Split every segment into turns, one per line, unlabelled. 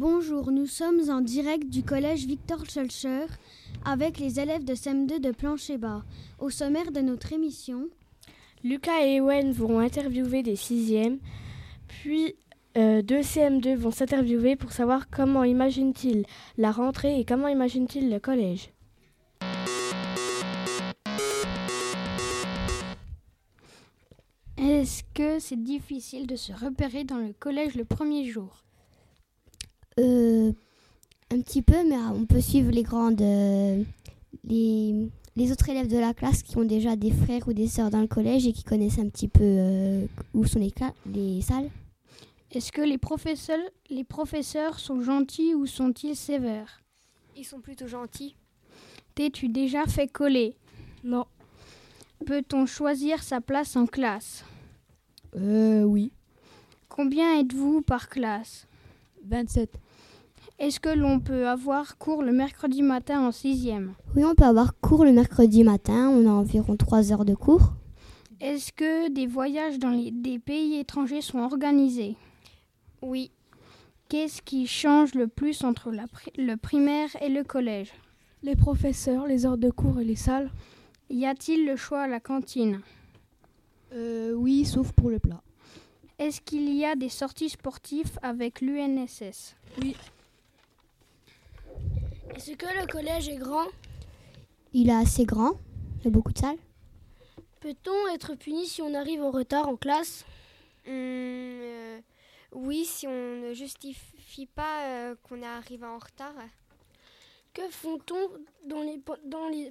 Nous sommes en direct du collège Victor Schulcher avec les élèves de CM2 de Plancher Bas. Au sommaire de notre émission,
Lucas et Ewen vont interviewer des sixièmes, puis euh, deux CM2 vont s'interviewer pour savoir comment imaginent-ils la rentrée et comment imaginent-ils le collège.
Est-ce que c'est difficile de se repérer dans le collège le premier jour
Euh, un petit peu, mais euh, on peut suivre les grandes, euh, les, les autres élèves de la classe qui ont déjà des frères ou des sœurs dans le collège et qui connaissent un petit peu euh, où sont les, cla- les salles.
Est-ce que les professeurs, les professeurs sont gentils ou sont-ils sévères
Ils sont plutôt gentils.
T'es-tu déjà fait coller
Non.
Peut-on choisir sa place en classe
Euh, oui.
Combien êtes-vous par classe
27.
Est-ce que l'on peut avoir cours le mercredi matin en sixième
Oui, on peut avoir cours le mercredi matin, on a environ 3 heures de cours.
Est-ce que des voyages dans les, des pays étrangers sont organisés
Oui,
Qu'est-ce qui change le plus entre la pri- le primaire et le collège
Les professeurs, les heures de cours et les salles.
Y a-t-il le choix à la cantine
Euh, oui, sauf pour le plat.
Est-ce qu'il y a des sorties sportives avec l'UNSS
Est-ce que le collège est grand
Il est assez grand, il y a beaucoup de salles.
Peut-on être puni si on arrive en retard en classe Hmm, euh, Oui, si on ne justifie pas euh, qu'on arrive en retard. Que font-on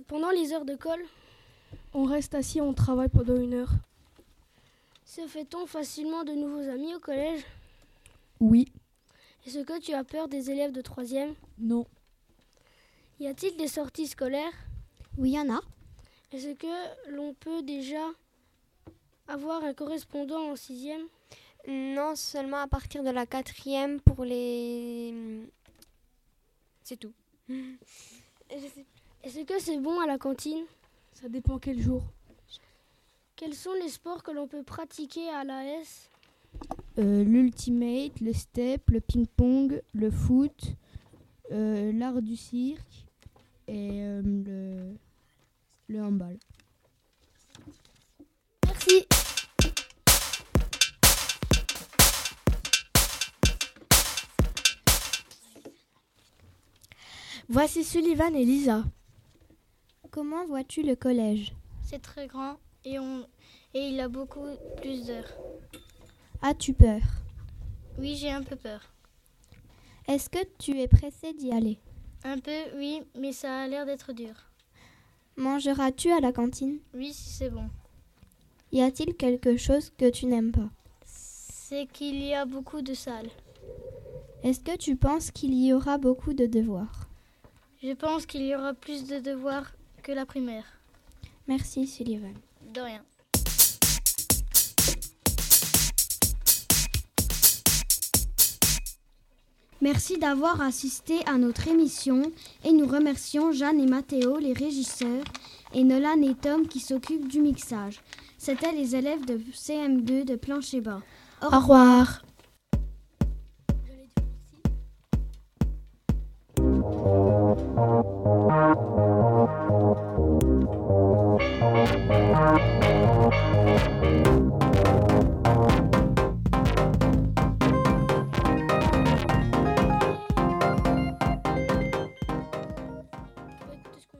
pendant les heures de colle
On reste assis, on travaille pendant une heure.
Se fait-on facilement de nouveaux amis au collège
Oui.
Est-ce que tu as peur des élèves de 3e
Non.
Y a-t-il des sorties scolaires
Oui, il y en a.
Est-ce que l'on peut déjà avoir un correspondant en sixième Non, seulement à partir de la quatrième pour les... hmm, C'est tout. Est-ce que c'est bon à la cantine
Ça dépend quel jour.
Quels sont les sports que l'on peut pratiquer à la S
Euh, L'ultimate, le step, le ping-pong, le foot, euh, l'art du cirque et euh, le, le handball.
Merci.
Voici Sullivan et Lisa.
Comment vois-tu le collège
C'est très grand et, on... et il a beaucoup plus d'heures.
As-tu peur
Oui, j'ai un peu peur.
Est-ce que tu es pressé d'y aller
Un peu, oui, mais ça a l'air d'être dur.
Mangeras-tu à la cantine
Oui, si c'est bon.
Y a-t-il quelque chose que tu n'aimes pas
C'est qu'il y a beaucoup de salles.
Est-ce que tu penses qu'il y aura beaucoup de devoirs
Je pense qu'il y aura plus de devoirs que la primaire.
Merci Sullivan.
De rien.
merci d'avoir assisté à notre émission et nous remercions Jeanne et Mathéo, les régisseurs, et Nolan et Tom qui s'occupent du mixage. C'étaient les élèves de CM2 de Plancher Bas. Au revoir.
revoir.